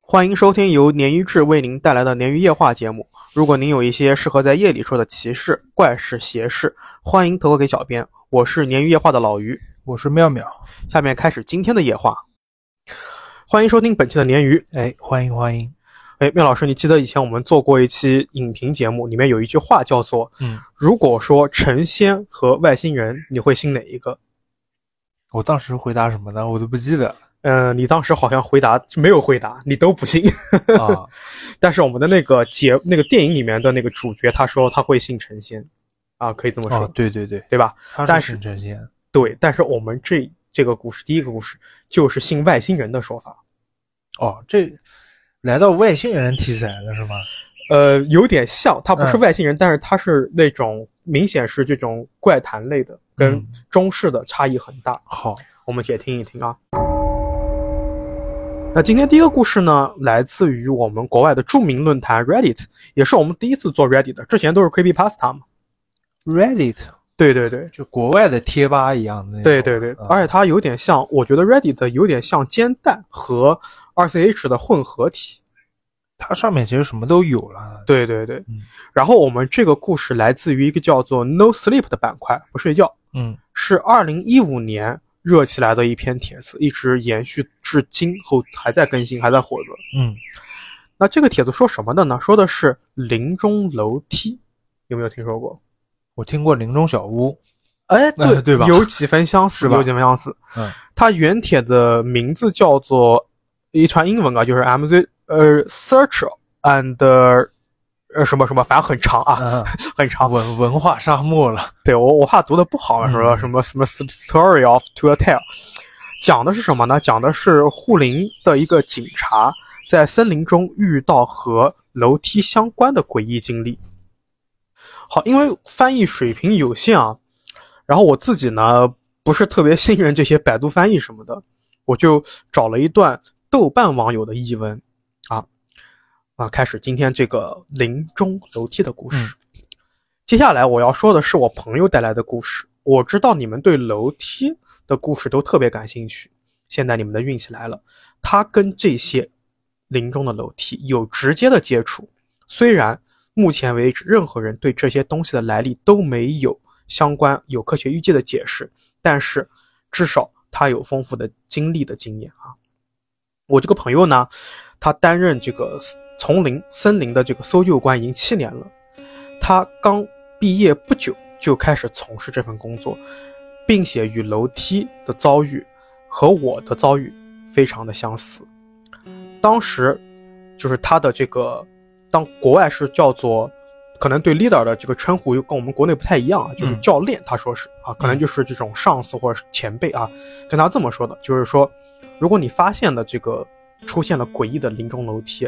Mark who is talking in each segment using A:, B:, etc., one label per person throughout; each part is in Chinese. A: 欢迎收听由鲶鱼志为您带来的鲶鱼夜话节目。如果您有一些适合在夜里说的奇事、怪事、邪事，欢迎投稿给小编。我是鲶鱼夜话的老于，
B: 我是妙妙，
A: 下面开始今天的夜话。欢迎收听本期的鲶鱼。
B: 哎，欢迎欢迎，
A: 哎，妙老师，你记得以前我们做过一期影评节目，里面有一句话叫做
B: 嗯，
A: “如果说成仙和外星人，你会信哪一个
B: 我当时回答什么呢？我都不记 得？”
A: 嗯、你当时好像回答没有回答，你都不信。
B: 啊。
A: 但是我们的那个节那个电影里面的那个主角，他说他会信成仙，啊，可以这么说，
B: 哦，对对对，
A: 对吧？
B: 他
A: 但
B: 是
A: 是
B: 沈晨先，
A: 对。但是我们这这个故事，第一个故事就是信外星人的说法，
B: 哦，这来到外星人题材了是吗？
A: 呃，有点像，他不是
B: 嗯
A: 外星人，但是他是那种明显是这种怪谈类的，跟
B: 嗯
A: 中式的差异很大。
B: 好，
A: 我们且听一听啊。那今天第一个故事呢，来自于我们国外的著名论坛 Reddit，也是我们第一次做 Reddit 的，之前都是 Creepy Pasta 嘛。
B: Reddit
A: 对对对，
B: 就国外的贴吧一样的那种，
A: 对对对，
B: 啊
A: 而且它有点像，我觉得 Reddit 有点像煎蛋和 RCH 的混合体。
B: 它上面其实什么都有了。
A: 对对对，
B: 嗯
A: 然后我们这个故事来自于一个叫做 No Sleep 的板块，不睡觉，
B: 嗯，
A: 是二零一五年热起来的一篇帖子，一直延续至今后还在更新，还在火热。
B: 嗯，
A: 那这个帖子说什么的呢？说的是林中楼梯，有没有听说过？
B: 我听过《林中小屋》，
A: 哎， 对、
B: 哎对吧
A: 有几分相似
B: 是吧
A: 有几分相似。
B: 嗯，
A: 它原帖的名字叫做一串英文啊，就是 M Z 呃 Search and 呃什么什么，反正很长啊，
B: 嗯，
A: 很长。
B: 文文化沙漠了。
A: 对我我怕读的不好，
B: 嗯
A: 什么什么什么 Story of to a Tale，讲的是什么呢？讲的是护林的一个警察在森林中遇到和楼梯相关的诡异经历。好，因为翻译水平有限啊，然后我自己呢不是特别信任这些百度翻译什么的，我就找了一段豆瓣网友的译文啊啊，开始今天这个林中楼梯的故事。
B: 嗯
A: 接下来我要说的是我朋友带来的故事。我知道你们对楼梯的故事都特别感兴趣，现在你们的运气来了，它跟这些林中的楼梯有直接的接触。虽然目前为止任何人对这些东西的来历都没有相关有科学依据的解释，但是至少他有丰富的经历的经验啊。我这个朋友呢，他担任这个丛林森林的这个搜救官已经七年了。他刚毕业不久就开始从事这份工作，并且与楼梯的遭遇和我的遭遇非常的相似。当时就是他的这个，当国外是叫做，可能对 leader 的这个称呼又跟我们国内不太一样啊，就是
B: 嗯
A: 教练，他说是啊，可能就是这种上司或者是前辈啊，跟他这么说的，就是说，如果你发现了这个出现了诡异的林中楼梯，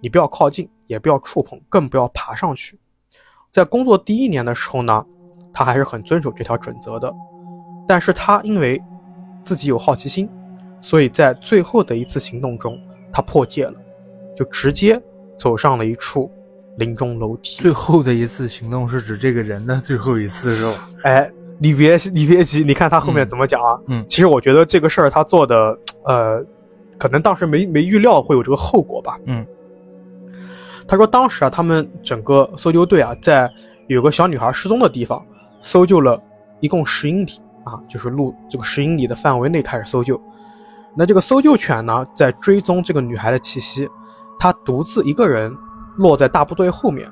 A: 你不要靠近，也不要触碰，更不要爬上去。在工作第一年的时候呢，他还是很遵守这条准则的，但是他因为自己有好奇心，所以在最后的一次行动中，他破戒了，就直接走上了一处林中楼梯。
B: 最后的一次行动是指这个人的最后一次是吧？
A: 哎，你别你别急，你看他后面怎么讲啊？
B: 嗯嗯
A: 其实我觉得这个事儿他做的，呃，可能当时没没预料会有这个后果吧。
B: 嗯，
A: 他说当时啊，他们整个搜救队啊，在有个小女孩失踪的地方搜救了一共十英里啊，就是路这个十英里的范围内开始搜救。那这个搜救犬呢，在追踪这个女孩的气息，它独自一个人落在大部队后面。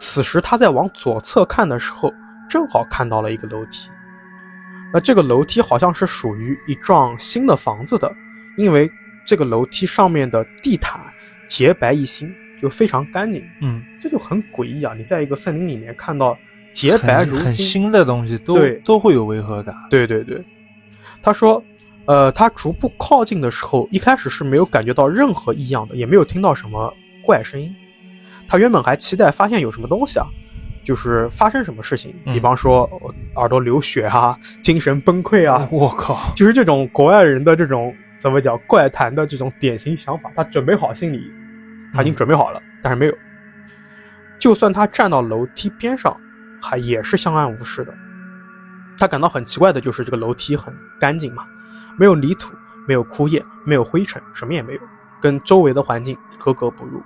A: 此时，他在往左侧看的时候，正好看到了一个楼梯。那这个楼梯好像是属于一幢新的房子的，因为这个楼梯上面的地毯洁白一新，就非常干净，
B: 嗯，
A: 这就很诡异啊！你在一个森林里面看到洁白
B: 很
A: 如
B: 很
A: 新，
B: 新的东西都
A: 对
B: 都会有违和感。
A: 对对对，他说，呃，他逐步靠近的时候，一开始是没有感觉到任何异样的，也没有听到什么怪声音。他原本还期待发现有什么东西啊，就是发生什么事情，
B: 嗯
A: 比方说呃耳朵流血啊，精神崩溃 啊，
B: 我靠，
A: 就是这种国外人的这种怎么讲怪谈的这种典型想法，他准备好心理，他已经准备好了，但是没有。就算他站到楼梯边上，还也是相安无事的。他感到很奇怪的就是这个楼梯很干净嘛，没有泥土，没有枯叶，没有灰尘，什么也没有，跟周围的环境格格不入。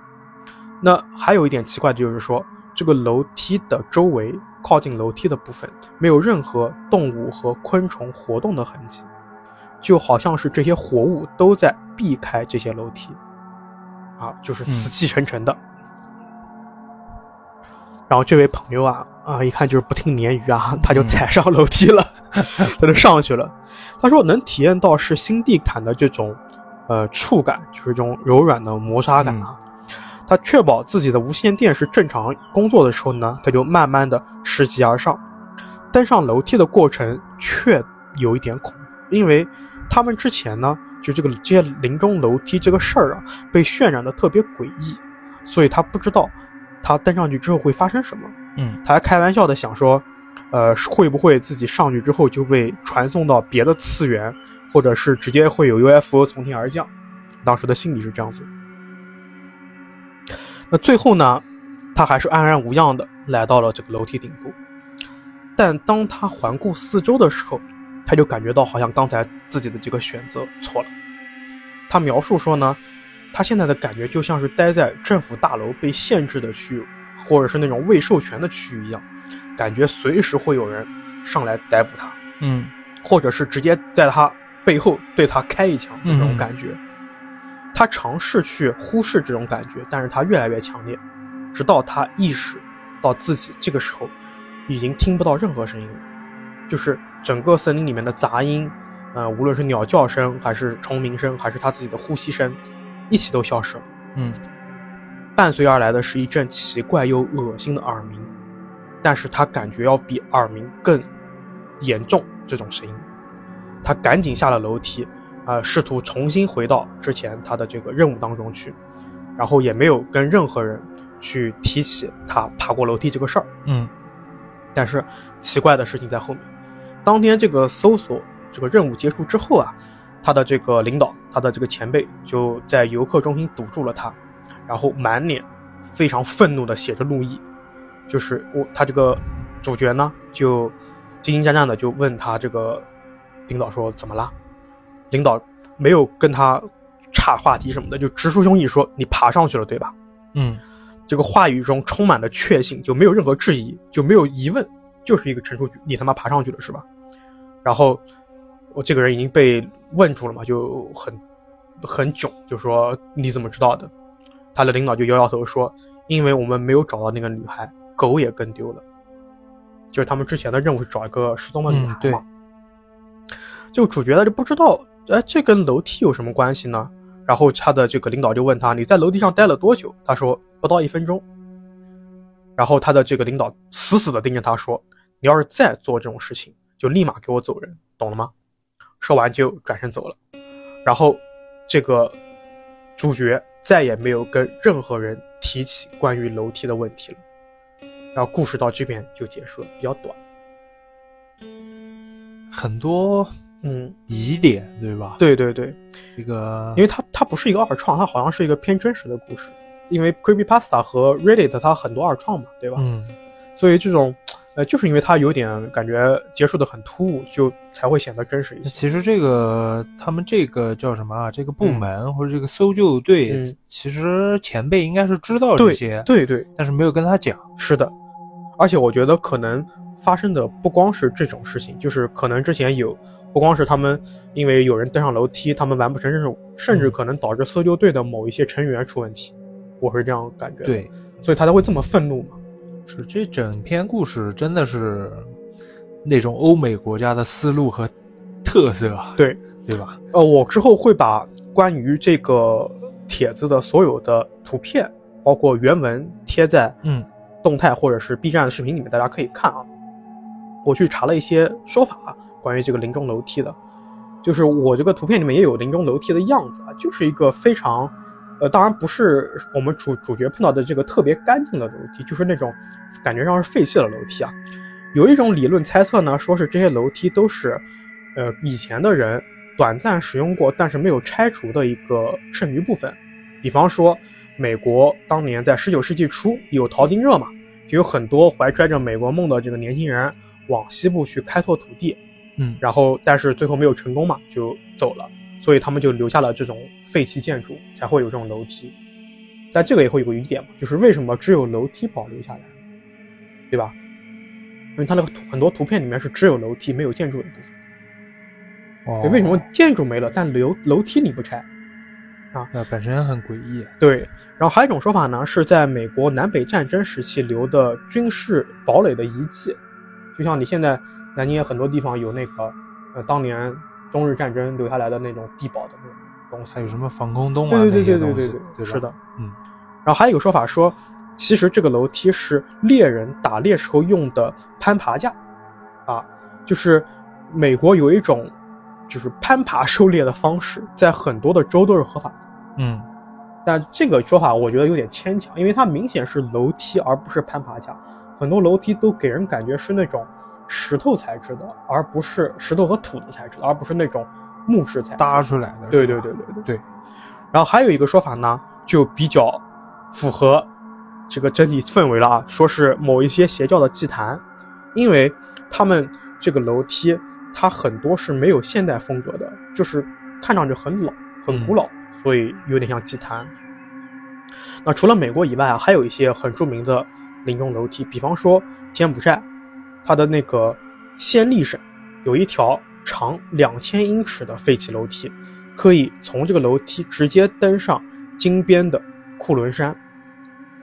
A: 那还有一点奇怪的就是说，这个楼梯的周围靠近楼梯的部分没有任何动物和昆虫活动的痕迹，就好像是这些活物都在避开这些楼梯，啊，就是死气沉沉的。然后这位朋友啊啊，一看就是不听鲶鱼啊，他就踩上楼梯了， 他就上去了。他说能体验到是新地毯的这种呃触感，就是这种柔软的摩擦感啊。他确保自己的无线电是正常工作的时候呢，他就慢慢的拾级而上。登上楼梯的过程却有一点恐怖，因为他们之前呢，就这个这些林中楼梯这个事儿啊，被渲染的特别诡异，所以他不知道他登上去之后会发生什么。
B: 嗯
A: 他还开玩笑的想说，呃，会不会自己上去之后就被传送到别的次元，或者是直接会有 UFO 从天而降？当时的心理是这样子。那最后呢，他还是安然无恙的来到了这个楼梯顶部，但当他环顾四周的时候，他就感觉到好像刚才自己的这个选择错了。他描述说呢，他现在的感觉就像是待在政府大楼被限制的区域，或者是那种未授权的区域一样，感觉随时会有人上来逮捕他，
B: 嗯
A: 或者是直接在他背后对他开一枪的那种感觉。他尝试去忽视这种感觉，但是他越来越强烈，直到他意识到自己这个时候已经听不到任何声音了，就是整个森林里面的杂音，呃，无论是鸟叫声，还是虫鸣声，还是他自己的呼吸声，一起都消失了。
B: 嗯
A: 伴随而来的是一阵奇怪又恶心的耳鸣，但是他感觉要比耳鸣更严重这种声音，他赶紧下了楼梯，呃，试图重新回到之前他的这个任务当中去，然后也没有跟任何人去提起他爬过楼梯这个事儿。
B: 嗯
A: 但是奇怪的事情在后面。当天这个搜索这个任务结束之后啊，他的这个领导，他的这个前辈就在游客中心堵住了他，然后满脸非常愤怒的写着怒意，就是我他这个主角呢就兢兢战战的就问他这个领导说怎么啦？领导没有跟他岔话题什么的，就直抒胸臆说你爬上去了对吧？
B: 嗯
A: 这个话语中充满了确信，就没有任何质疑，就没有疑问，就是一个陈述句：“你他妈爬上去了是吧？”然后我这个人已经被问住了嘛，就很很囧，就说：“你怎么知道的？”他的领导就摇摇头说：“因为我们没有找到那个女孩，狗也跟丢了。”就是他们之前的任务是找一个失踪的女孩嘛。
B: 嗯对
A: 就主角他就不知道，哎，这跟楼梯有什么关系呢？然后他的这个领导就问他：“你在楼梯上待了多久？”他说：“不到一分钟。”然后他的这个领导死死的盯着他说：“你要是再做这种事情，就立马给我走人，懂了吗？”说完就转身走了。然后这个主角再也没有跟任何人提起关于楼梯的问题了。然后故事到这边就结束了，比较短。
B: 很多
A: 嗯，
B: 疑点对吧？
A: 对对对，
B: 这个
A: 因为它它不是一个二创，它好像是一个偏真实的故事。因为 Creepy Pasta 和 Reddit 它很多二创嘛，对吧？
B: 嗯
A: 所以这种，呃，就是因为它有点感觉结束的很突兀，就才会显得真实一些。
B: 其实这个他们这个叫什么啊？这个部门、或者这个搜救队、
A: 嗯
B: 其实前辈应该是知道这
A: 对
B: 些，
A: 对对，
B: 但是没有跟他讲。
A: 是的，而且我觉得可能发生的不光是这种事情，就是可能之前有，不光是他们因为有人登上楼梯，他们完不成任务，甚
B: 嗯
A: 至可能导致搜救队的某一些成员出问题，我是这样感觉。，
B: 对，
A: 所以他才会这么愤怒嘛。
B: 是这整篇故事真的是那种欧美国家的思路和特色啊，
A: 对，
B: 对吧？
A: 呃，我之后会把关于这个帖子的所有的图片，包括原文贴在
B: 嗯
A: 动态或者是 B 站的视频里面，大家可以看啊。我去查了一些说法啊关于这个林中楼梯的，就是我这个图片里面也有林中楼梯的样子啊，就是一个非常，呃，当然不是我们主主角碰到的这个特别干净的楼梯，就是那种感觉上是废弃的楼梯啊。有一种理论猜测呢，说是这些楼梯都是，呃，以前的人短暂使用过，但是没有拆除的一个剩余部分。比方说，美国当年在19世纪初有淘金热嘛，就有很多怀揣着美国梦的这个年轻人往西部去开拓土地，
B: 嗯
A: 然后但是最后没有成功嘛，就走了。所以他们就留下了这种废弃建筑，才会有这种楼梯。但这个也会有个疑点嘛，就是为什么只有楼梯保留下来，对吧？因为它的图很多图片里面是只有楼梯没有建筑的部分。
B: 哦
A: 对，为什么？建筑没了，但楼楼梯你不拆？
B: 那本身很诡异。
A: 对，然后还有一种说法呢，是在美国南北战争时期留的军事堡垒的遗迹，就像你现在南京也很多地方有那个，呃，当年中日战争留下来的那种地堡的那种东西
B: 还。有什么防空洞啊
A: 对对对
B: 那
A: 对
B: 些
A: 对
B: 东西，
A: 对，
B: 对
A: 是的
B: 吧？，嗯。
A: 然后还有个说法说，其实这个楼梯是猎人打猎时候用的攀爬架，啊，就是美国有一种就是攀爬狩猎的方式，在很多的州都是合法的。
B: 嗯，
A: 但这个说法我觉得有点牵强，因为它明显是楼梯而不是攀爬架，很多楼梯都给人感觉是那种石头材质的，而不是石头和土的材质，而不是那种木质材质。
B: 搭出来的是吧。
A: 对对对对对
B: 对。
A: 然后还有一个说法呢，就比较符合这个整体氛围了啊，说是某一些邪教的祭坛，因为他们这个楼梯它很多是没有现代风格的，就是看上去很老、很古老，所以有点像祭坛。那除了美国以外啊，还有一些很著名的林中楼梯，比方说柬埔寨，它的那个暹粒省有一条长两千英尺的废弃楼梯，可以从这个楼梯直接登上金边的库伦山。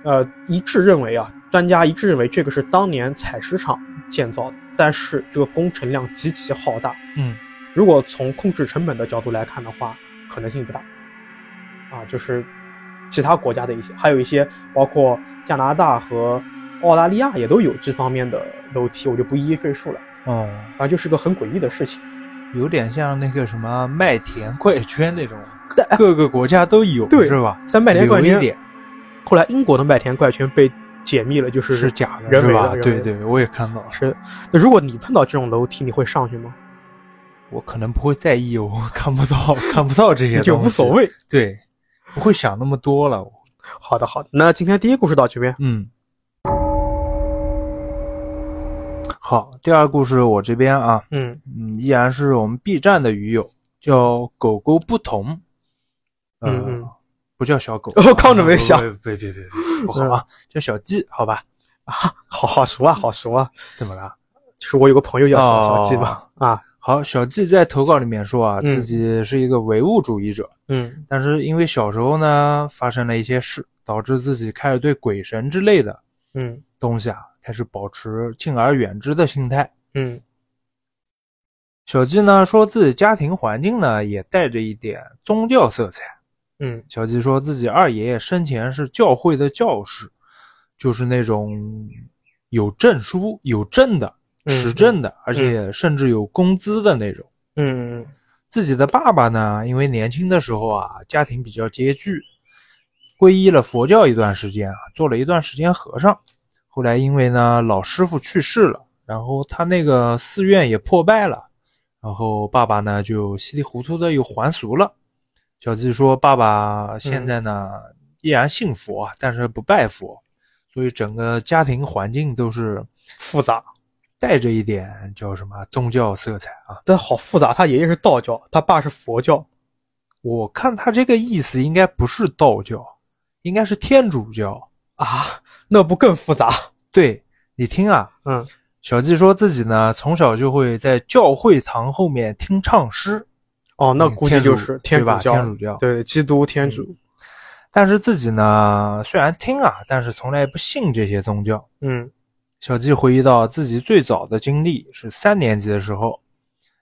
A: 呃，一致认为啊，专家一致认为这个是当年采石场建造的，但是这个工程量极其浩大，
B: 嗯，
A: 如果从控制成本的角度来看的话，可能性不大。啊，就是其他国家的一些，还有一些包括加拿大和澳大利亚也都有这方面的楼梯，我就不一一赘述了。
B: 哦，
A: 反正就是个很诡异的事情。
B: 有点像那个什么麦田怪圈那种，
A: 但
B: 各个国家都有，
A: 对
B: 是吧？
A: 但麦田怪
B: 有一
A: 圈，
B: 点
A: 后来英国的麦田怪圈被解密了，就是
B: 是假的，
A: 人为
B: 是
A: 的
B: 吧？
A: 人为
B: 对
A: 的
B: 对，我也看到了。
A: 是。那如果你碰到这种楼梯，你会上去吗？
B: 我可能不会在意， 我看不到，看不到这些
A: 也
B: 东西，
A: 就无所。谓。
B: 对，不会想那么多了。我
A: 好的，好的。那今天第一故事到这边。
B: 嗯，好，第二个故事我这边啊，
A: 嗯
B: 嗯，依然是我们 B 站的鱼友，叫狗狗不同，呃、
A: 嗯嗯，
B: 不叫小狗，
A: 我刚准备
B: 啊
A: 想
B: 不别别别别，不好啊，叫小鸡，好吧？
A: 啊，好好熟啊，好熟啊。
B: 怎么了？
A: 就是我有个朋友叫小
B: 哦
A: 小季嘛。啊，
B: 好，小季在投稿里面说啊，
A: 嗯
B: 自己是一个唯物主义者，
A: 嗯
B: 但是因为小时候呢发生了一些事，导致自己开始对鬼神之类的
A: 嗯
B: 东西啊，开始保持敬而远之的心态。
A: 嗯
B: 小季呢说自己家庭环境呢也带着一点宗教色彩。
A: 嗯
B: 小季说自己二爷爷生前是教会的教士，就是那种有证书、有证的、
A: 嗯
B: 持证的，而且甚至有工资的那种。
A: 嗯
B: 自己的爸爸呢，因为年轻的时候啊，家庭比较拮据，皈依了佛教一段时间啊，做了一段时间和尚。后来因为呢老师傅去世了，然后他那个寺院也破败了，然后爸爸呢就稀里糊涂的又还俗了。小季说，爸爸现在呢、依然信佛啊，但是不拜佛，所以整个家庭环境都是
A: 复杂，
B: 带着一点叫什么宗教色彩啊。
A: 但好复杂。他爷爷是道教，他爸是佛教。
B: 我看他这个意思应该不是道教，应该是天主教。
A: 啊，那不更复杂？
B: 对你听啊，
A: 嗯
B: 小季说自己呢从小就会在教会堂后面听唱诗，
A: 哦，那
B: 嗯
A: 估计就是
B: 天主
A: 主教，
B: 对吧天主教
A: 对基督天主，
B: 但是自己呢虽然听啊，但是从来不信这些宗教。
A: 嗯
B: 小季回忆到自己最早的经历是三年级的时候，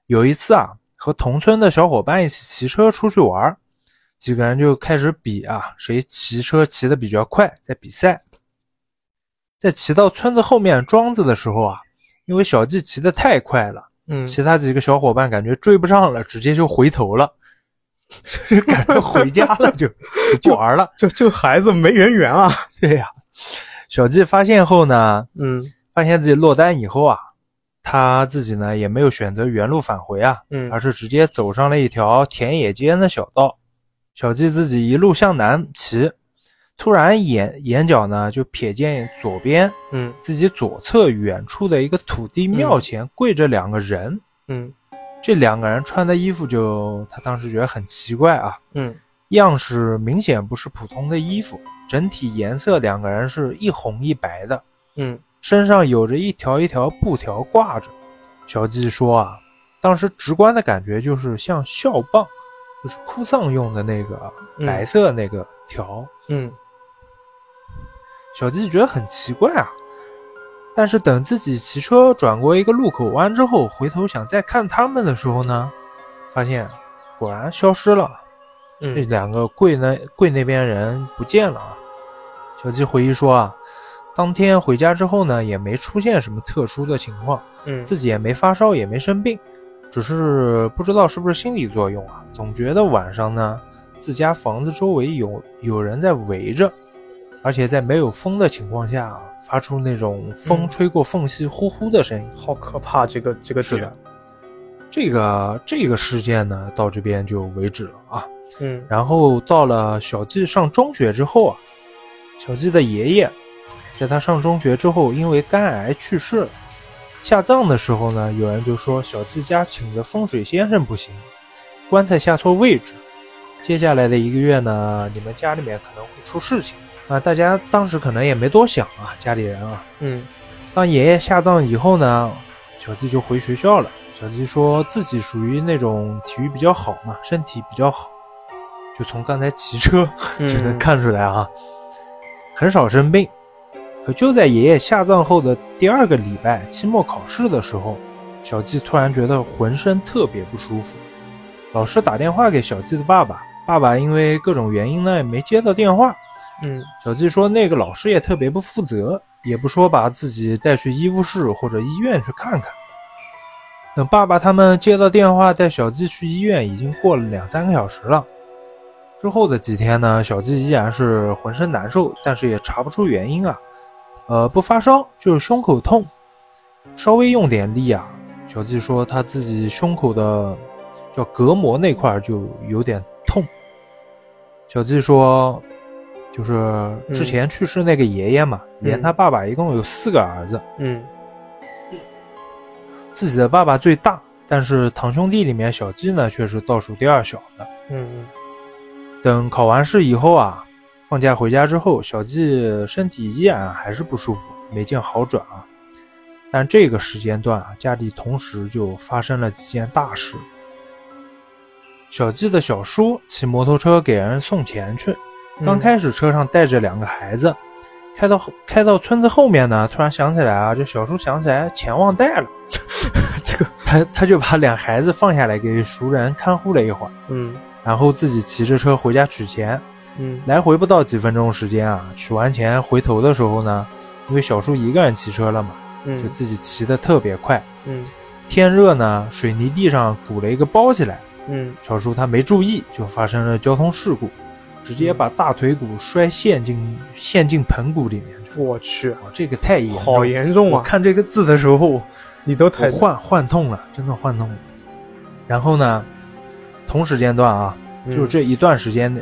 B: 有一次啊，和同村的小伙伴一起骑车出去玩儿，几个人就开始比啊，谁骑车骑得比较快，在比赛。在骑到村子后面庄子的时候啊，因为小季骑得太快了，
A: 嗯，
B: 其他几个小伙伴感觉追不上了，直接就回头了， 就是赶着回家了，就就不玩了。
A: 这这孩子没人缘啊。
B: 对呀、小季发现后呢，
A: 嗯
B: 发现自己落单以后啊，他自己呢也没有选择原路返回啊，
A: 嗯
B: 而是直接走上了一条田野间的小道。小季自己一路向南骑，突然眼眼角呢就瞥见左边
A: 嗯
B: 自己左侧远处的一个土地庙前跪着两个人。
A: 嗯
B: 这两个人穿的衣服就他当时觉得很奇怪啊，
A: 嗯
B: 样式明显不是普通的衣服，整体颜色两个人是一红一白的，
A: 嗯
B: 身上有着一条一条布条挂着。小季说啊，当时直观的感觉就是像校棒，就是哭丧用的那个
A: 嗯
B: 白色那个条。
A: 嗯
B: 小季觉得很奇怪啊，但是等自己骑车转过一个路口弯之后，回头想再看他们的时候呢，发现果然消失了。这
A: 嗯
B: 两个柜那柜那边人不见了啊。小鸡回忆说啊，当天回家之后呢，也没出现什么特殊的情况，
A: 嗯
B: 自己也没发烧，也没生病，只是不知道是不是心理作用啊，总觉得晚上呢，自家房子周围有有人在围着，而且在没有风的情况下啊，发出那种风
A: 嗯
B: 吹过缝隙呼呼的声音。
A: 好可怕，这个这个
B: 是
A: 点
B: 的，这个这个事件呢，到这边就为止了啊。
A: 嗯
B: 然后到了小季上中学之后啊，小季的爷爷在他上中学之后，因为肝癌去世了。下葬的时候呢，有人就说小季家请的风水先生不行，棺材下错位置。接下来的一个月呢，你们家里面可能会出事情啊！大家当时可能也没多想啊，家里人啊，
A: 嗯
B: 当爷爷下葬以后呢，小鸡就回学校了。小鸡说自己属于那种体育比较好嘛，身体比较好，就从刚才骑车
A: 嗯
B: 就能看出来啊，很少生病。可就在爷爷下葬后的第二个礼拜，期末考试的时候，小季突然觉得浑身特别不舒服。老师打电话给小季的爸爸，爸爸因为各种原因呢也没接到电话，
A: 嗯
B: 小季说，那个老师也特别不负责，也不说把自己带去医务室或者医院去看看。等爸爸他们接到电话带小季去医院，已经过了两三个小时了。之后的几天呢，小季依然是浑身难受，但是也查不出原因啊。呃，不发烧，就是胸口痛，稍微用点力啊。小季说他自己胸口的叫隔膜那块儿就有点痛。小季说，就是之前去世那个爷爷嘛，
A: 嗯
B: 连他爸爸一共有四个儿子，
A: 嗯
B: 自己的爸爸最大，但是堂兄弟里面小季呢却是倒数第二小的。
A: 嗯
B: 等考完试以后啊，放假回家之后，小季身体依然还是不舒服，没见好转啊。但这个时间段啊，家里同时就发生了几件大事。小季的小叔骑摩托车给人送钱去，
A: 嗯，
B: 刚开始车上带着两个孩子，开到后开到村子后面呢，突然想起来啊，这小叔想起来钱忘带了，
A: 这个，
B: 他他就把俩孩子放下来给熟人看护了一会儿，
A: 嗯
B: 然后自己骑着车回家取钱。
A: 嗯
B: 来回不到几分钟时间啊，取完钱回头的时候呢，因为小叔一个人骑车了嘛，就
A: 嗯
B: 自己骑得特别快。
A: 嗯
B: 天热呢，水泥地上鼓了一个包起来，
A: 嗯
B: 小叔他没注意，就发生了交通事故，直接把
A: 嗯
B: 大腿骨摔陷进陷进盆骨里面去。
A: 嗯，我去，
B: 哇，这个太严重了，
A: 好严重
B: 我
A: 啊！
B: 看这个字的时候，
A: 你都
B: 我
A: 太
B: 幻幻痛了，真的幻痛了。然后呢，同时间段啊，就这一段时间内，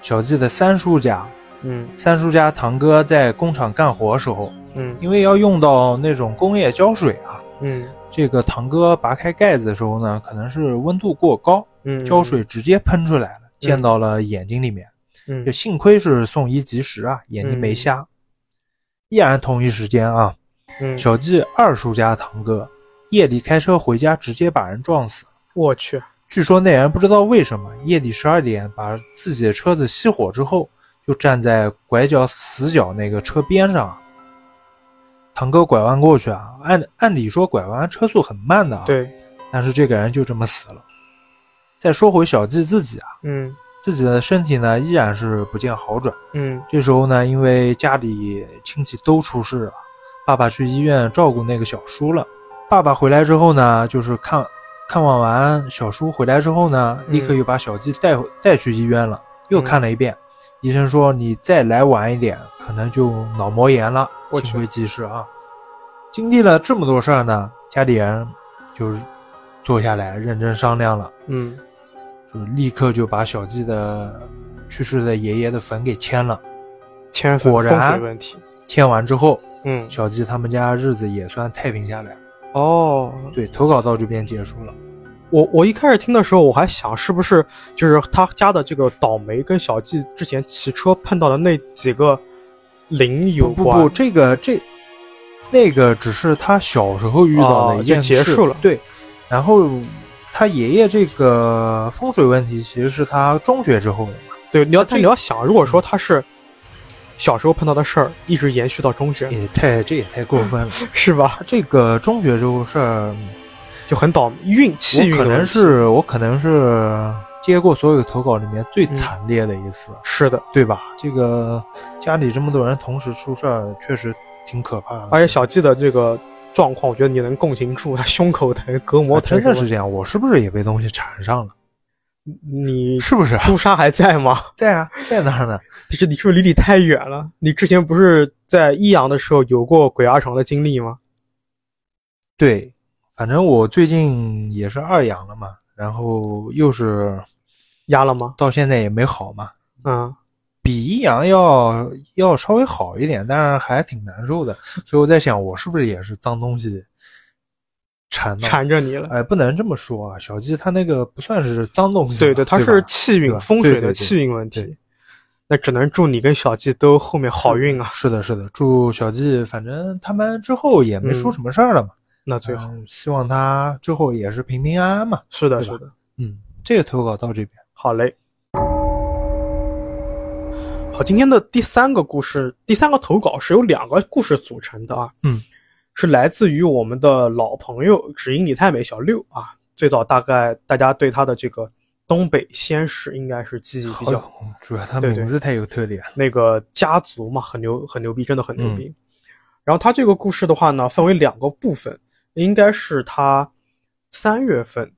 B: 小季的三叔家
A: 嗯
B: 三叔家堂哥在工厂干活时候，
A: 嗯
B: 因为要用到那种工业胶水啊，
A: 嗯
B: 这个堂哥拔开盖子的时候呢，可能是温度过高，
A: 嗯，
B: 胶水直接喷出来了，溅到了眼睛里面。
A: 嗯
B: 就幸亏是送医及时啊，眼睛没瞎。依然同一时间啊，
A: 嗯，
B: 小季二叔家堂哥夜里开车回家，直接把人撞死了。
A: 我去，
B: 据说那人不知道为什么夜里十二点把自己的车子熄火之后，就站在拐角死角那个车边上啊。堂哥拐弯过去啊，按按理说拐弯车速很慢的啊，，
A: 对，
B: 但是这个人就这么死了。再说回小季自己啊，
A: 嗯
B: 自己的身体呢依然是不见好转。
A: 嗯
B: 这时候呢，因为家里亲戚都出事了，爸爸去医院照顾那个小叔了。爸爸回来之后呢，就是看看望完小叔回来之后呢，
A: 嗯嗯
B: 立刻又把小季带回带去医院了，又看了一遍。医生说你再来晚一点，可能就脑膜炎了，
A: 我去
B: 幸亏及时啊。经历了这么多事儿呢，家里人就是坐下来认真商量了，
A: 嗯
B: 就是立刻就把小季的去世的爷爷的坟给迁了。
A: 千粉
B: 果
A: 风
B: 然
A: 水问题，
B: 签完之后，
A: 嗯
B: 小季他们家日子也算太平下来了。
A: 哦，
B: 对，投稿到这边结束了。
A: 我我一开始听的时候，我还想是不是就是他家的这个倒霉跟小纪之前骑车碰到的那几个灵有
B: 不不
A: 关。
B: 不，这个这那个只是他小时候遇到的
A: 哦
B: 一件
A: 就结
B: 事，
A: 束了
B: 对，然后他爷爷这个风水问题其实是他中学之后的嘛，
A: 对，你要
B: 这
A: 但你要想，如果说他是小时候碰到的事儿，一直延续到中学，
B: 也太这也太过分了。
A: 是吧？
B: 他 这个中学之后的事儿，
A: 就很倒霉，运气运
B: 我
A: 的
B: 可能
A: 问题
B: 是我可能是接过所有投稿里面最惨烈的一次，
A: 是的，
B: 对吧？这个家里这么多人同时出事儿，确实挺可怕的。
A: 而且小纪的这个状况，我觉得你能共情住，他胸口疼、隔膜
B: 哎我
A: 疼，
B: 啊真的是这样，我是不是也被东西缠上了？
A: 你
B: 是啊不是？
A: 朱砂还在吗？
B: 在啊，在那儿呢。
A: 就是你是不是离你太远了？你之前不是在益阳的时候有过鬼压床的经历吗？
B: 对，反正我最近也是二阳了嘛，然后又是
A: 压了吗？
B: 到现在也没好嘛，
A: 嗯，
B: 比一阳要要稍微好一点，但是还挺难受的。所以我在想，我是不是也是脏东西缠到？
A: 缠着你了。
B: 哎，不能这么说啊，小鸡它那个不算是脏东西嘛，
A: 对对，
B: 对吧，
A: 它是气
B: 对
A: 运
B: 吧
A: 风
B: 对
A: 水
B: 对
A: 的
B: 对
A: 气运问题
B: 对。
A: 那只能祝你跟小纪都后面好运啊，
B: 是的，是的。祝小鸡，反正他们之后也没出
A: 嗯
B: 什么事儿了嘛，
A: 那最好。
B: 嗯希望他之后也是平平安安嘛。
A: 是的，
B: 对吧
A: 是的。
B: 嗯，这个投稿到这边。
A: 好嘞。好，今天的第三个故事，第三个投稿是由两个故事组成的啊。
B: 嗯，
A: 是来自于我们的老朋友只因你太美小六啊。最早大概大家对他的这个东北先史应该是记忆比
B: 好
A: 较
B: 的，主要他
A: 对对
B: 名字太有特点了。
A: 那个家族嘛，很牛，很牛逼，真的很
B: 嗯
A: 牛逼。然后他这个故事的话呢，分为两个部分，应该是他三月份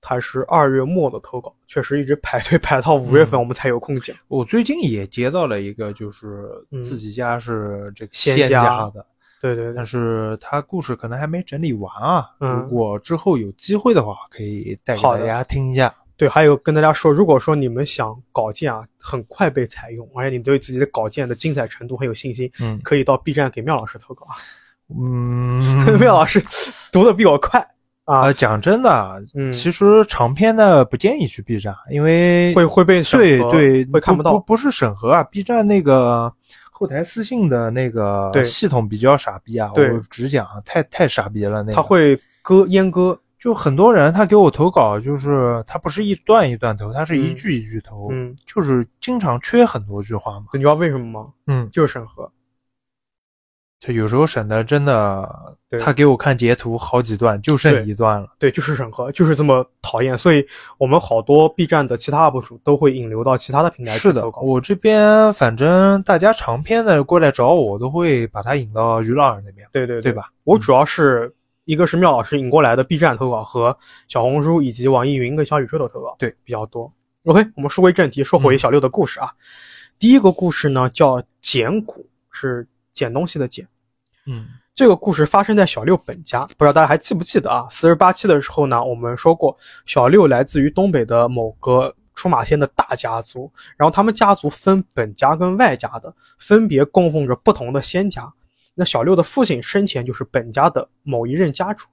A: 还是二月末的投稿，确实一直排队排到五月
B: 嗯
A: 份，我们才有空讲。
B: 我最近也接到了一个，就是
A: 嗯
B: 自己家是这个
A: 仙
B: 仙
A: 家
B: 家的，
A: 对对对
B: 但，是他故事可能还没整理完啊。
A: 嗯
B: 如果之后有机会的话，可以带给
A: 好
B: 大
A: 的
B: 家听一下。
A: 对，还有跟大家说，如果说你们想稿件啊，很快被采用，而且你对自己的稿件的精彩程度很有信心，
B: 嗯
A: 可以到 B 站给妙老师投稿啊。
B: 嗯，
A: 妙老师读的比我快啊，
B: 啊，讲真的，
A: 嗯，
B: 其实长篇的不建议去 B 站，因为
A: 会会被审
B: 对
A: 核
B: 对
A: 会看不到
B: 不不是审核啊，B 站那个后台私信的那个
A: 对
B: 系统比较傻逼啊，
A: 对
B: 我只讲啊太太傻逼了那个。
A: 他会割阉割，
B: 就很多人他给我投稿，就是他不是一段一段投，他是一句一句投，
A: 嗯，
B: 就是经常缺很多句话嘛。
A: 你知道为什么吗？
B: 嗯，
A: 就是审核。
B: 就有时候省的真的
A: 对，
B: 他给我看截图好几段，就
A: 对
B: 剩一段了。
A: 对，就是审核，就是这么讨厌，所以我们好多 B 站的其他 UP 主都会引流到其他的平台去
B: 是的
A: 投，稿。
B: 我这边反正大家长篇的过来找我，我都会把他引到于老师那边，
A: 对对
B: 对？吧？
A: 我主要是一个是妙老师引过来的 B 站投稿和小红书以及网易云跟小宇宙的投稿，
B: 对
A: 比较多。OK，我们说回正题，说回
B: 嗯
A: 小六的故事啊。第一个故事呢叫捡骨，是捡东西的捡。
B: 嗯，
A: 这个故事发生在小六本家，不知道大家还记不记得啊？四十八期的时候呢，我们说过，小六来自于东北的某个出马仙的大家族，然后他们家族分本家跟外家的，分别供奉着不同的仙家。那小六的父亲生前就是本家的某一任家主。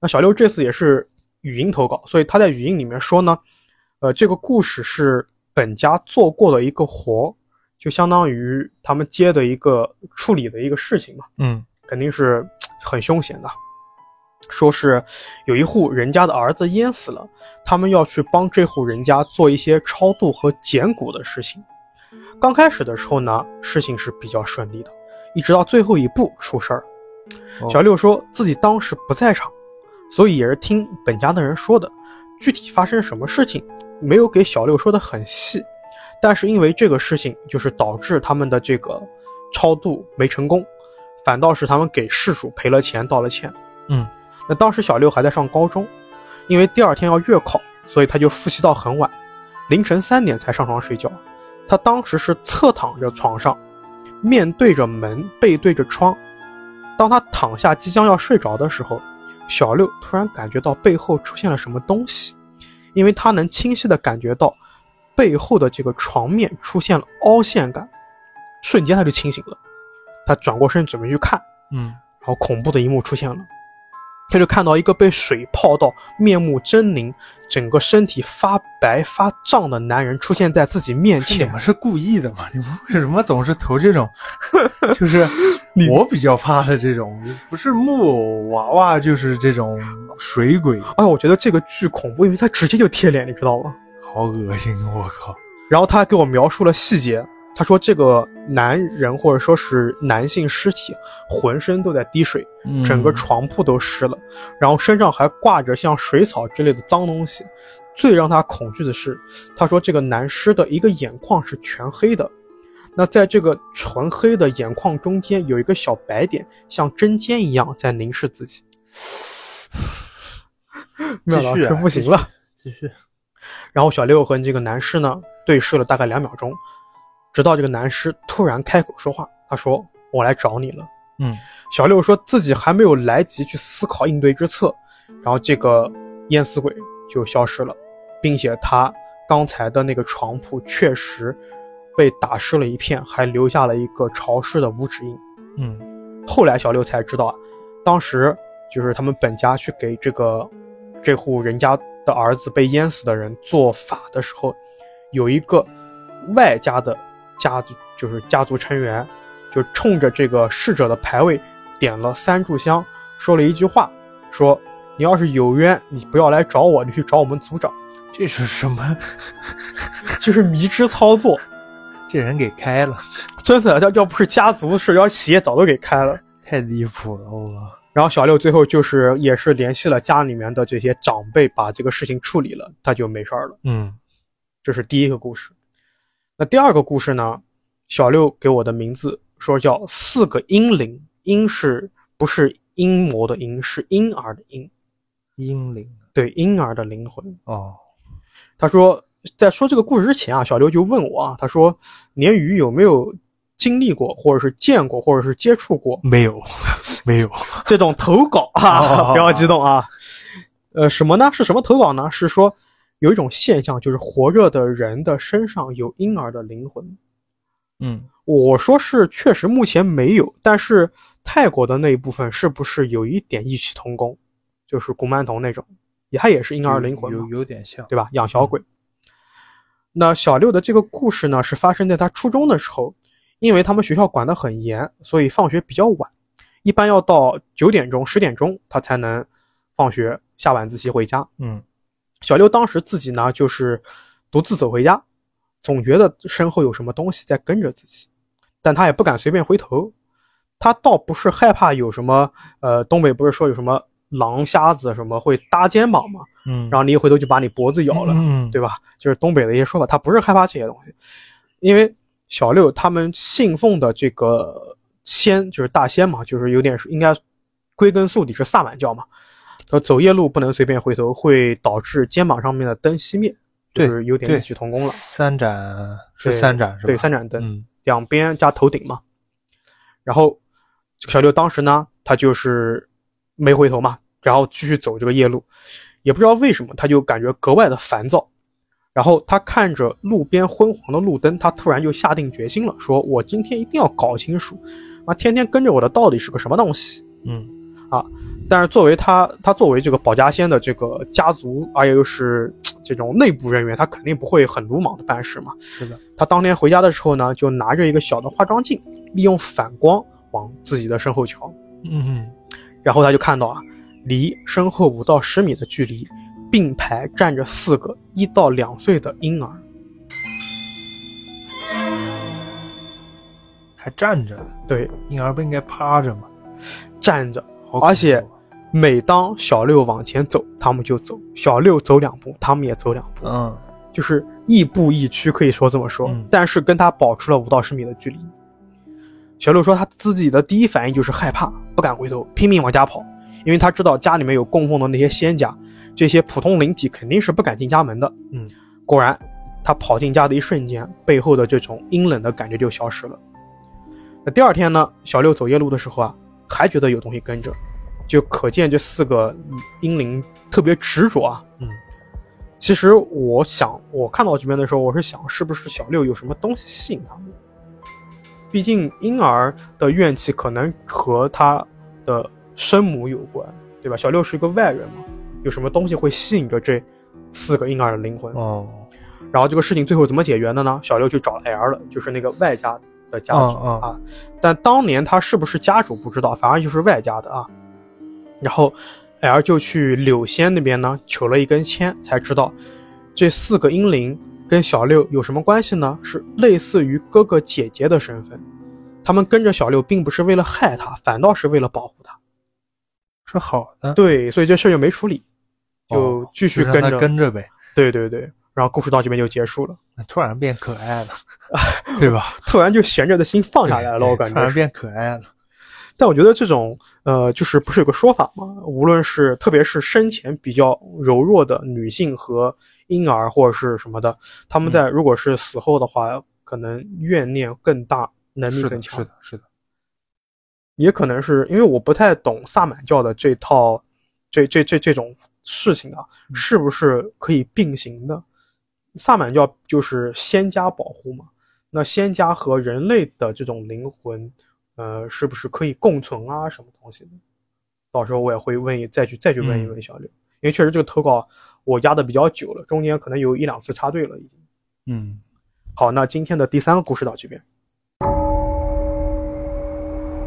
A: 那小六这次也是语音投稿，所以他在语音里面说呢，呃，这个故事是本家做过的一个活，就相当于他们接的一个处理的一个事情嘛。
B: 嗯
A: 肯定是很凶险的。说是有一户人家的儿子淹死了，他们要去帮这户人家做一些超度和捡骨的事情。刚开始的时候呢，事情是比较顺利的，一直到最后一步出事儿。
B: 哦
A: 小六说自己当时不在场，所以也是听本家的人说的。具体发生什么事情，没有给小六说的很细，但是因为这个事情，就是导致他们的这个超度没成功，反倒是他们给事主赔了钱，道了歉。
B: 嗯，
A: 那当时小六还在上高中，因为第二天要月考，所以他就复习到很晚，凌晨三点才上床睡觉。他当时是侧躺着床上，面对着门，背对着窗。当他躺下即将要睡着的时候，小六突然感觉到背后出现了什么东西，因为他能清晰的感觉到背后的这个床面出现了凹陷感，瞬间他就清醒了。他转过身准备去看，
B: 嗯
A: 然后恐怖的一幕出现了。他就看到一个被水泡到面目狰狞、整个身体发白发胀的男人出现在自己面
B: 是你
A: 前。
B: 们是故意的吗？你们为什么总是投这种？就是
A: 你
B: 我比较怕的这种，不是木偶娃娃，就是这种水鬼，
A: 哎，我觉得这个剧恐怖，因为他直接就贴脸，你知道吗？
B: 好恶心！我靠，
A: 然后他给我描述了细节，他说这个男人或者说是男性尸体浑身都在滴水，整
B: 嗯
A: 个床铺都湿了，然后身上还挂着像水草之类的脏东西。最让他恐惧的是，他说这个男尸的一个眼眶是全黑的，那在这个纯黑的眼眶中间有一个小白点，像针尖一样在凝视自己。妙老
B: 继续
A: 师
B: 啊
A: 不行了，
B: 继续，
A: 然后小六和这个男尸呢对视了大概两秒钟，直到这个男尸突然开口说话，他说：“我来找你了。
B: 嗯，”
A: 小六说自己还没有来及去思考应对之策，然后这个淹死鬼就消失了，并且他刚才的那个床铺确实被打湿了一片，还留下了一个潮湿的五指印。
B: 嗯
A: 后来小六才知道啊，当时就是他们本家去给这个这户人家的儿子被淹死的人做法的时候，有一个外家的家族，就是家族成员，就冲着这个逝者的牌位点了三炷香，说了一句话，说你要是有冤，你不要来找我，你去找我们族长，
B: 这是什么？
A: 就是迷之操作。
B: 这人给开了，
A: 真的，要要不是家族是要企业早都给开了。
B: 太离谱了！我靠
A: 然后小六最后就是也是联系了家里面的这些长辈，把这个事情处理了，他就没事儿了。
B: 嗯
A: 这是第一个故事。那第二个故事呢？小六给我的名字说叫四个婴灵，婴是不是阴魔的阴，是婴儿的婴，
B: 英灵
A: 对婴儿的灵魂。
B: 哦，
A: 他说，在说这个故事之前啊，小刘就问我啊，他说，鲶鱼有没有经历过，或者是见过，或者是接触过
B: 没有没有，
A: 这种投稿
B: 哦
A: 啊，不要激动啊。呃，什么呢？是什么投稿呢？是说有一种现象，就是活着的人的身上有婴儿的灵魂。
B: 嗯
A: 我说是，确实目前没有，但是泰国的那一部分是不是有一点异曲同工？就是古曼童那种，也它也是婴儿灵魂嘛
B: 有有点像，
A: 对吧？养小鬼。那小六的这个故事呢，是发生在他初中的时候，因为他们学校管得很严，所以放学比较晚，一般要到九点钟、十点钟他才能放学下晚自习回家。
B: 嗯
A: 小六当时自己呢，就是独自走回家，总觉得身后有什么东西在跟着自己，但他也不敢随便回头。他倒不是害怕有什么，呃，东北不是说有什么狼瞎子什么会搭肩膀嘛，
B: 嗯，
A: 然后你一回头就把你脖子咬了，
B: 嗯，
A: 对吧？就是东北的一些说法，他不是害怕这些东西，因为小六他们信奉的这个仙就是大仙嘛，就是有点应该归根溯底是萨满教嘛。说走夜路不能随便回头，会导致肩膀上面的灯熄灭，就
B: 对
A: 是有点
B: 对
A: 异曲同工了。
B: 三盏是
A: 对
B: 三盏是吧？
A: 对，三盏灯，
B: 嗯
A: 两边加头顶嘛。然后这个小六当时呢，他就是没回头嘛，然后继续走这个夜路，也不知道为什么，他就感觉格外的烦躁。然后他看着路边昏黄的路灯，他突然就下定决心了，说我今天一定要搞清楚，啊，天天跟着我的到底是个什么东西。
B: 嗯
A: 但是作为他，他作为这个保家仙的这个家族，而且又是嘖这种内部人员，他肯定不会很鲁莽的办事嘛。
B: 是的，
A: 他当天回家的时候呢，就拿着一个小的化妆镜，利用反光往自己的身后瞧，
B: 嗯
A: 然后他就看到啊，离身后五到十米的距离，并排站着四个一到两岁的婴儿。
B: 还站着，
A: 对，
B: 婴儿不应该趴着吗？
A: 站着。
B: 好恐怖啊
A: 而且每当小六往前走，他们就走；小六走两步，他们也走两步，
B: 嗯，
A: 就是亦步亦趋，可以说这么说。
B: 嗯
A: 但是跟他保持了五到十米的距离。小六说他自己的第一反应就是害怕，不敢回头，拼命往家跑，因为他知道家里面有供奉的那些仙家，这些普通灵体肯定是不敢进家门的。
B: 嗯，
A: 果然，他跑进家的一瞬间，背后的这种阴冷的感觉就消失了。那第二天呢，小六走夜路的时候啊，还觉得有东西跟着，就可见这四个阴灵特别执着啊。
B: 嗯，
A: 其实我想，我看到这边的时候，我是想是不是小六有什么东西吸引他们？毕竟婴儿的怨气可能和他的生母有关，对吧？小六是一个外人嘛，有什么东西会吸引着这四个婴儿的灵魂？
B: 哦，
A: 然后这个事情最后怎么解决的呢？小六去找 L 了，就是那个外家的家主、
B: 嗯嗯
A: 啊。但当年他是不是家主不知道，反而就是外家的啊。然后 L 就去柳仙那边呢求了一根签，才知道这四个英灵跟小六有什么关系呢？是类似于哥哥姐姐的身份。他们跟着小六，并不是为了害他，反倒是为了保护他。
B: 是好的，
A: 对，所以这事儿就没处理，就
B: 哦
A: 继续
B: 就让
A: 跟
B: 他
A: 着。
B: 跟着呗。
A: 对对对，然后故事到这边就结束了。
B: 那突然变可爱 了，对吧？
A: 突然就悬着的心放下来了，
B: 对
A: 我感
B: 突然
A: 觉。
B: 变可爱了。
A: 但我觉得这种呃，就是不是有个说法吗？无论是特别是生前比较柔弱的女性和婴儿或者是什么的，他们
B: 嗯
A: 在如果是死后的话，可能怨念更大，能力
B: 是
A: 更
B: 的，
A: 强。
B: 是的，是的。
A: 也可能是因为我不太懂萨满教的这套，这这这这种事情啊，
B: 嗯
A: 是不是可以并行的？萨满教就是仙家保护嘛，那仙家和人类的这种灵魂，呃，是不是可以共存啊？什么东西的？到时候我也会问一，再去再去问一问小刘，因为确实这个投稿我压的比较久了，中间可能有一两次插队了已经。
B: 嗯，
A: 好，那今天的第三个故事到这边。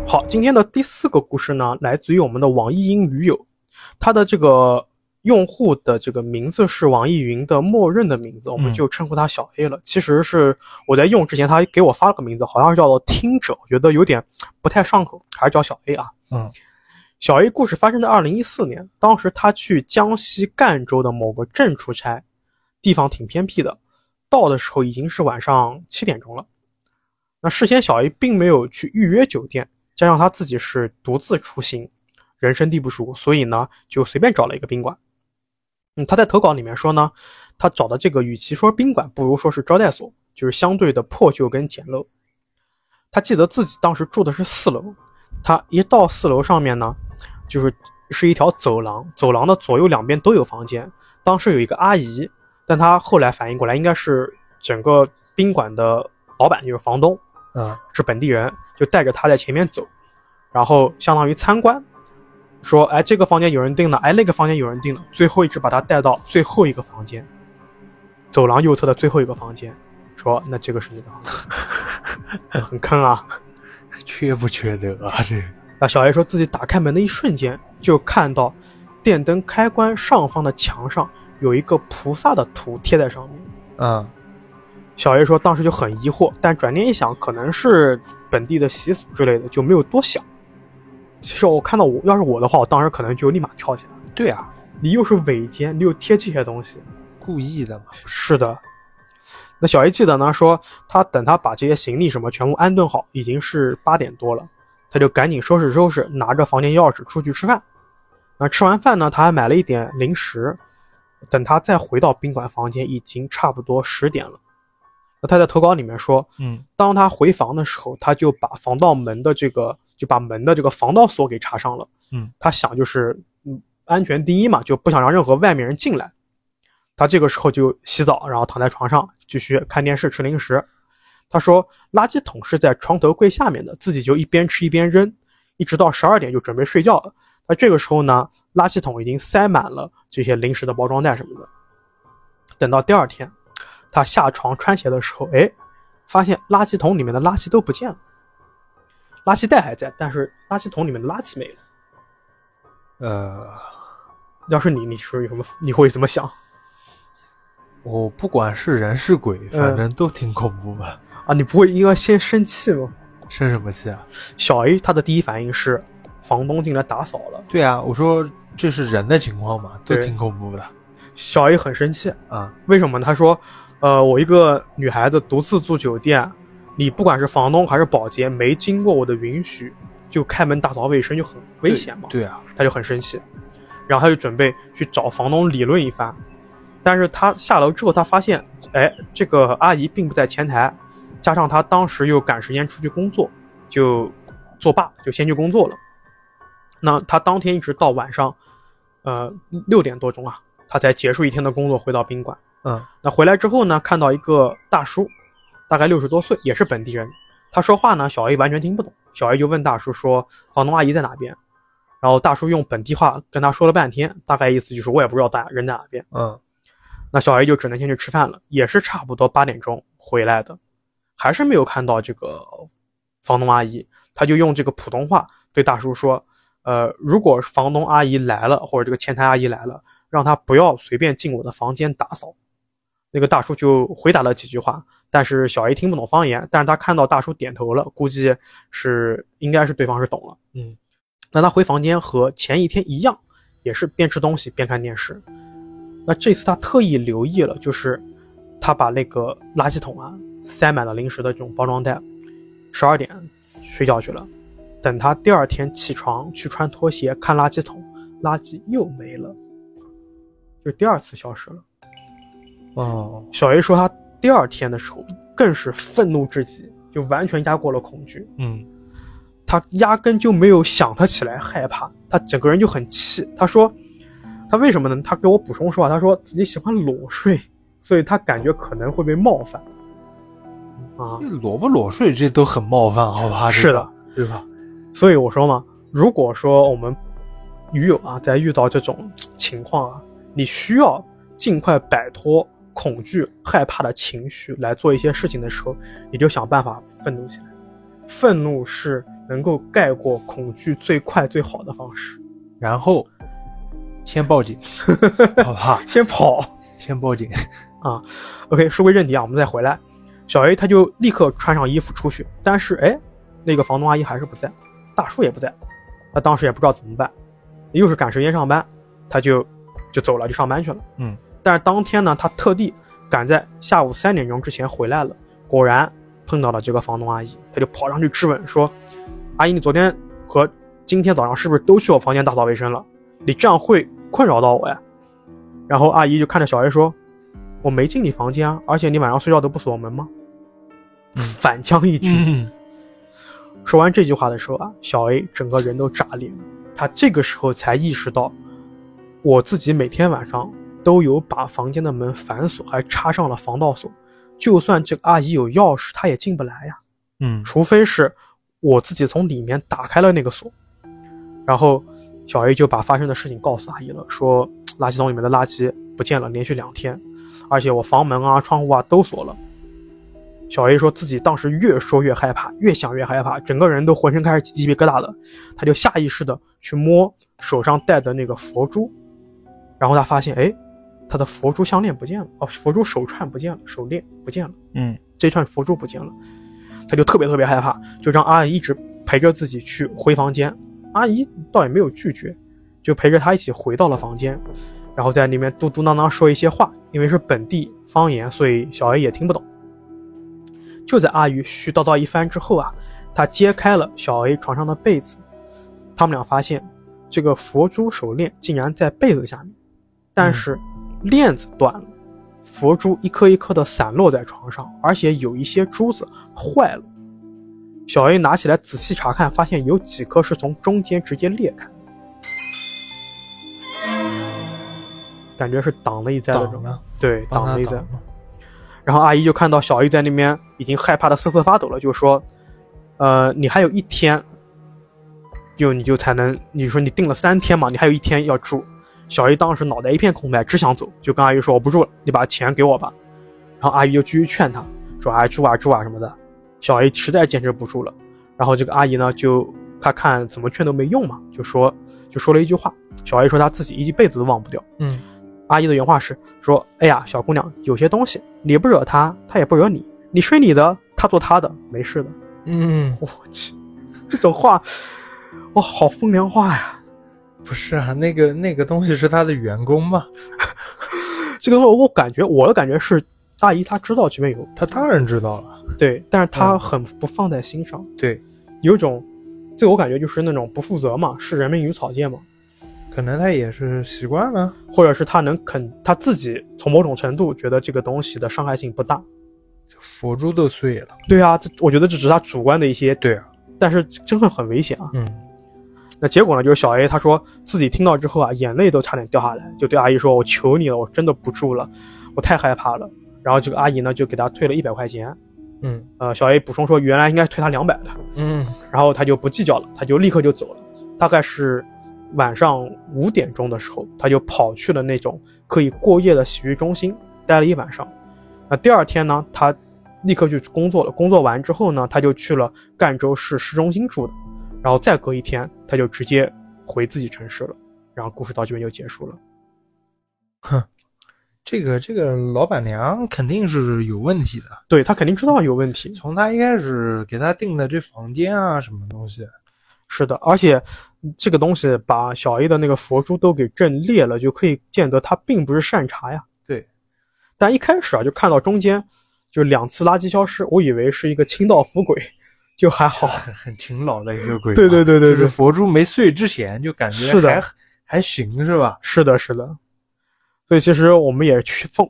A: 好，今天的第四个故事呢，来自于我们的网易云驴友，他的这个用户的这个名字是网易云的默认的名字，我们
B: 嗯
A: 就称呼他小 A 了。其实是我在用之前，他给我发了个名字，好像是叫做听者，我觉得有点不太上口，还是叫小 A 啊。
B: 嗯，
A: 小 A 故事发生在二零一四年，当时他去江西赣州的某个镇出差，地方挺偏僻的，到的时候已经是晚上七点钟了。那事先小 A 并没有去预约酒店，加上他自己是独自出行，人生地不熟，所以呢就随便找了一个宾馆。嗯，他在投稿里面说呢，他找的这个与其说宾馆，不如说是招待所，就是相对的破旧跟简陋。他记得自己当时住的是四楼，他一到四楼上面呢，就是是一条走廊，走廊的左右两边都有房间。当时有一个阿姨，但她后来反应过来，应该是整个宾馆的老板，就是房东，
B: 嗯，
A: 是本地人，就带着他在前面走，然后相当于参观，说哎这个房间有人订了，哎那个房间有人订了，最后一直把他带到最后一个房间，走廊右侧的最后一个房间，说那这个是你的房间， 很坑啊。
B: 缺不缺德啊？这个
A: 啊，小 A 说自己打开门的一瞬间，就看到电灯开关上方的墙上有一个菩萨的图贴在上面。
B: 嗯，
A: 小 A 说当时就很疑惑，但转念一想，可能是本地的习俗之类的，就没有多想。其实我看到我要是我的话，我当时可能就立马跳起来。
B: 对啊，
A: 你又是尾间，你又贴这些东西，
B: 故意的嘛。
A: 是的。那小 A 记得呢，说他等他把这些行李什么全部安顿好，已经是八点多了，他就赶紧收拾收拾，拿着房间钥匙出去吃饭。那吃完饭呢，他还买了一点零食。等他再回到宾馆房间，已经差不多十点了。那他在投稿里面说，
B: 嗯
A: 当他回房的时候，他就把防盗门的这个就把门的这个防盗锁给插上了。
B: 嗯，
A: 他想就是嗯安全第一嘛，就不想让任何外面人进来。他这个时候就洗澡，然后躺在床上继续看电视、吃零食。他说垃圾桶是在床头柜下面的，自己就一边吃一边扔，一直到十二点就准备睡觉了。那这个时候呢，垃圾桶已经塞满了这些零食的包装袋什么的。等到第二天，他下床穿鞋的时候，哎，发现垃圾桶里面的垃圾都不见了，垃圾袋还在，但是垃圾桶里面的垃圾没了。
B: 呃，
A: 要是你，你是有什么？你会怎么想
B: 我不管是人是鬼，反正都挺恐怖的。
A: 啊？你不会应该先生气吗？
B: 生什么气啊？
A: 小 A 他的第一反应是房东进来打扫了，
B: 对啊，我说这是人的情况嘛，都
A: 对
B: 挺恐怖的
A: 小 A 很生气，
B: 啊。
A: 为什么呢？他说，呃，我一个女孩子独自住酒店，你不管是房东还是保洁，没经过我的允许就开门打扫卫生，就很危险嘛。
B: 对啊，
A: 他就很生气，然后他就准备去找房东理论一番。但是他下楼之后，他发现，哎，这个阿姨并不在前台，加上他当时又赶时间出去工作，就作罢，就先去工作了。那他当天一直到晚上，呃，六点多钟啊，他才结束一天的工作，回到宾馆。
B: 嗯
A: 那回来之后呢，看到一个大叔，大概六十多岁，也是本地人。他说话呢，小 A 完全听不懂。小 A 就问大叔说：“房东阿姨在哪边？”然后大叔用本地话跟他说了半天，大概意思就是我也不知道打人在哪边。
B: 嗯
A: 那小 A 就只能先去吃饭了，也是差不多八点钟回来的，还是没有看到这个房东阿姨，他就用这个普通话对大叔说：“呃，如果房东阿姨来了，或者这个前台阿姨来了，让她不要随便进我的房间打扫。”那个大叔就回答了几句话，但是小 A 听不懂方言，但是他看到大叔点头了，估计是应该是对方是懂了。
B: 嗯，
A: 那他回房间和前一天一样，也是边吃东西边看电视。那这次他特意留意了，就是他把那个垃圾桶啊塞满了零食的这种包装袋，十二点睡觉去了。等他第二天起床去穿拖鞋看垃圾桶，垃圾又没了，就第二次消失了。
B: 哦，
A: 小 A 说他第二天的时候更是愤怒至极，就完全压过了恐惧，
B: 嗯
A: 他压根就没有想他起来害怕，他整个人就很气。他说，他为什么呢？他给我补充说啊，他说自己喜欢裸睡，所以他感觉可能会被冒犯。啊，
B: 这裸不裸睡这都很冒犯，好吧？
A: 是
B: 这个
A: 的，
B: 对吧？
A: 所以我说嘛，如果说我们鱼友啊，在遇到这种情况啊，你需要尽快摆脱恐惧、害怕的情绪来做一些事情的时候，你就想办法愤怒起来。愤怒是能够盖过恐惧最快最好的方式。
B: 然后先报 警，好吧？
A: 先跑。
B: 先报警。
A: OK，说归正题啊，我们再回来。小 A 他就立刻穿上衣服出去，但是哎，那个房东阿姨还是不在，大叔也不在，他当时也不知道怎么办，又是赶时间上班，他就就走了，就上班去了。
B: 嗯，
A: 但是当天呢，他特地赶在下午三点钟之前回来了，果然碰到了这个房东阿姨，他就跑上去质问说：“阿姨，你昨天和今天早上是不是都去我房间打扫卫生了？你这样会困扰到我呀？”然后阿姨就看着小 A 说：“我没进你房间啊，而且你晚上睡觉都不锁门吗？”
B: 嗯
A: 反将一军。
B: 嗯
A: 说完这句话的时候啊，小 A 整个人都炸裂了。他这个时候才意识到，我自己每天晚上都有把房间的门反锁，还插上了防盗锁。就算这个阿姨有钥匙，她也进不来呀。
B: 嗯
A: 除非是我自己从里面打开了那个锁。然后小 A 就把发生的事情告诉阿姨了，说垃圾桶里面的垃圾不见了，连续两天，而且我房门啊、窗户啊都锁了。小 A 说自己当时越说越害怕，越想越害怕，整个人都浑身开始起鸡皮疙瘩的。他就下意识的去摸手上戴的那个佛珠，然后他发现，哎，他的佛珠项链不见了，哦，佛珠手串不见了，手链不见了。
B: 嗯
A: 这串佛珠不见了，他就特别特别害怕，就让阿姨一直陪着自己去回房间。阿姨倒也没有拒绝，就陪着他一起回到了房间，然后在里面嘟嘟囔囔说一些话，因为是本地方言，所以小 A 也听不懂。就在阿姨絮絮叨叨一番之后啊，他揭开了小 A 床上的被子，他们俩发现这个佛珠手链竟然在被子下面，但是链子断了。佛珠一颗一颗的散落在床上，而且有一些珠子坏了。小 A 拿起来仔细查看，发现有几颗是从中间直接裂开，感觉是挡了一灾的
B: 挡
A: 这种。
B: 了，
A: 对，
B: 帮
A: 挡
B: 他
A: 了一灾
B: 挡。了。
A: 然后阿姨就看到小 A 在那边已经害怕的瑟瑟发抖了，就说：“呃，你还有一天，就你就才能，你说你定了三天嘛，你还有一天要住。”小 A 当时脑袋一片空白，只想走，就跟阿姨说：“我不住了，你把钱给我吧。”然后阿姨就继续劝他说：“哎，住啊住啊什么的。”小 A 实在坚持不住了，然后这个阿姨呢，就她看怎么劝都没用嘛，就说就说了一句话，小 A 说她自己一辈子都忘不掉。
B: 嗯
A: 阿姨的原话是说：“哎呀，小姑娘，有些东西你不惹她，她也不惹你，你睡你的，她做她的，没事的。
B: 嗯”，
A: 我去，这种话，哇，好风凉话呀！
B: 不是啊，那个那个东西是他的员工嘛，
A: 这个我感觉，我的感觉是，阿姨她知道这边有
B: 他当然知道了。
A: 对，但是她
B: 嗯
A: 很不放在心上，
B: 对，
A: 有种，这我感觉就是那种不负责嘛，视人民于草芥嘛，
B: 可能他也是习惯了。
A: 或者是她能肯她自己从某种程度觉得这个东西的伤害性不大。
B: 佛珠都碎了。
A: 对啊，这我觉得这只是她主观的一些，
B: 对啊，
A: 但是真的很危险啊。
B: 嗯
A: 那结果呢，就是小 A 他说自己听到之后啊，眼泪都差点掉下来，就对阿姨说：“我求你了，我真的不住了，我太害怕了。”然后这个阿姨呢就给他退了一百块钱，
B: 嗯
A: 呃，小 A 补充说原来应该退他两百的，
B: 嗯
A: 然后他就不计较了，他就立刻就走了。大概是晚上五点钟的时候，他就跑去了那种可以过夜的洗浴中心，待了一晚上。那第二天呢，他立刻就去工作了。工作完之后呢，他就去了赣州市市中心住的。然后再隔一天，他就直接回自己城市了。然后故事到这边就结束了。
B: 这个这个老板娘肯定是有问题的，
A: 对他肯定知道有问题，
B: 从她一开始给她定的这房间啊什么东西，
A: 是的。而且这个东西把小 A 的那个佛珠都给震裂了，就可以见得他并不是善茬呀。
B: 对，
A: 但一开始啊，就看到中间就两次垃圾消失，我以为是一个清道夫鬼，就还好。
B: 很勤劳的一个鬼嘛。
A: 对对对对
B: 就是
A: 对，
B: 佛珠没碎之前就感觉
A: 是的
B: 还还行是吧？
A: 是的，是的。所以其实我们也去奉，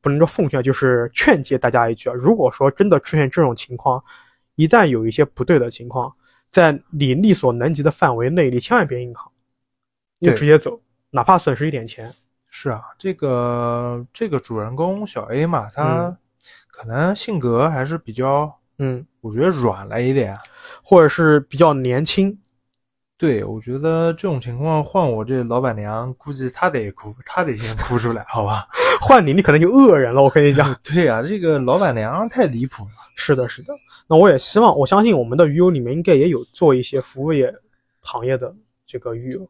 A: 不能说奉劝，就是劝诫大家一句啊，如果说真的出现这种情况，一旦有一些不对的情况，在你力所能及的范围内，你千万别硬扛，你就
B: 对
A: 直接走，哪怕损失一点钱。
B: 是啊，这个这个主人公小 A 嘛，他
A: 嗯
B: 可能性格还是比较，
A: 嗯，
B: 我觉得软了一点。啊
A: 或者是比较年轻，
B: 对，我觉得这种情况换我这老板娘，估计她得哭，她得先哭出来，好吧？
A: 换你你可能就恶人了。我跟你讲，
B: 对啊，这个老板娘太离谱了。
A: 是的，是的。那我也希望，我相信我们的鱼友里面应该也有做一些服务业行业的这个鱼友，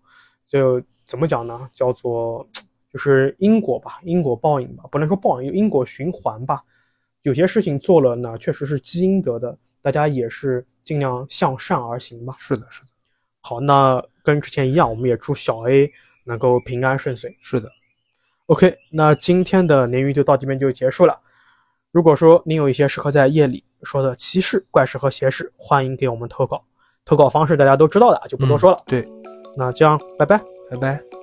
A: 就怎么讲呢？叫做就是因果吧，因果报应吧，不能说报应，因果循环吧。有些事情做了呢，确实是积阴德的，大家也是尽量向善而行吧。
B: 是的，是的，
A: 好，那跟之前一样，我们也祝小 A 能够平安顺遂。
B: 是的。
A: OK，那今天的鲶鱼就到这边就结束了。如果说您有一些适合在夜里说的奇事、怪事和邪事，欢迎给
B: 嗯
A: 我们投稿。投稿方式大家都知道的，就不多说了。
B: 对，
A: 那这样，拜拜。
B: 拜拜。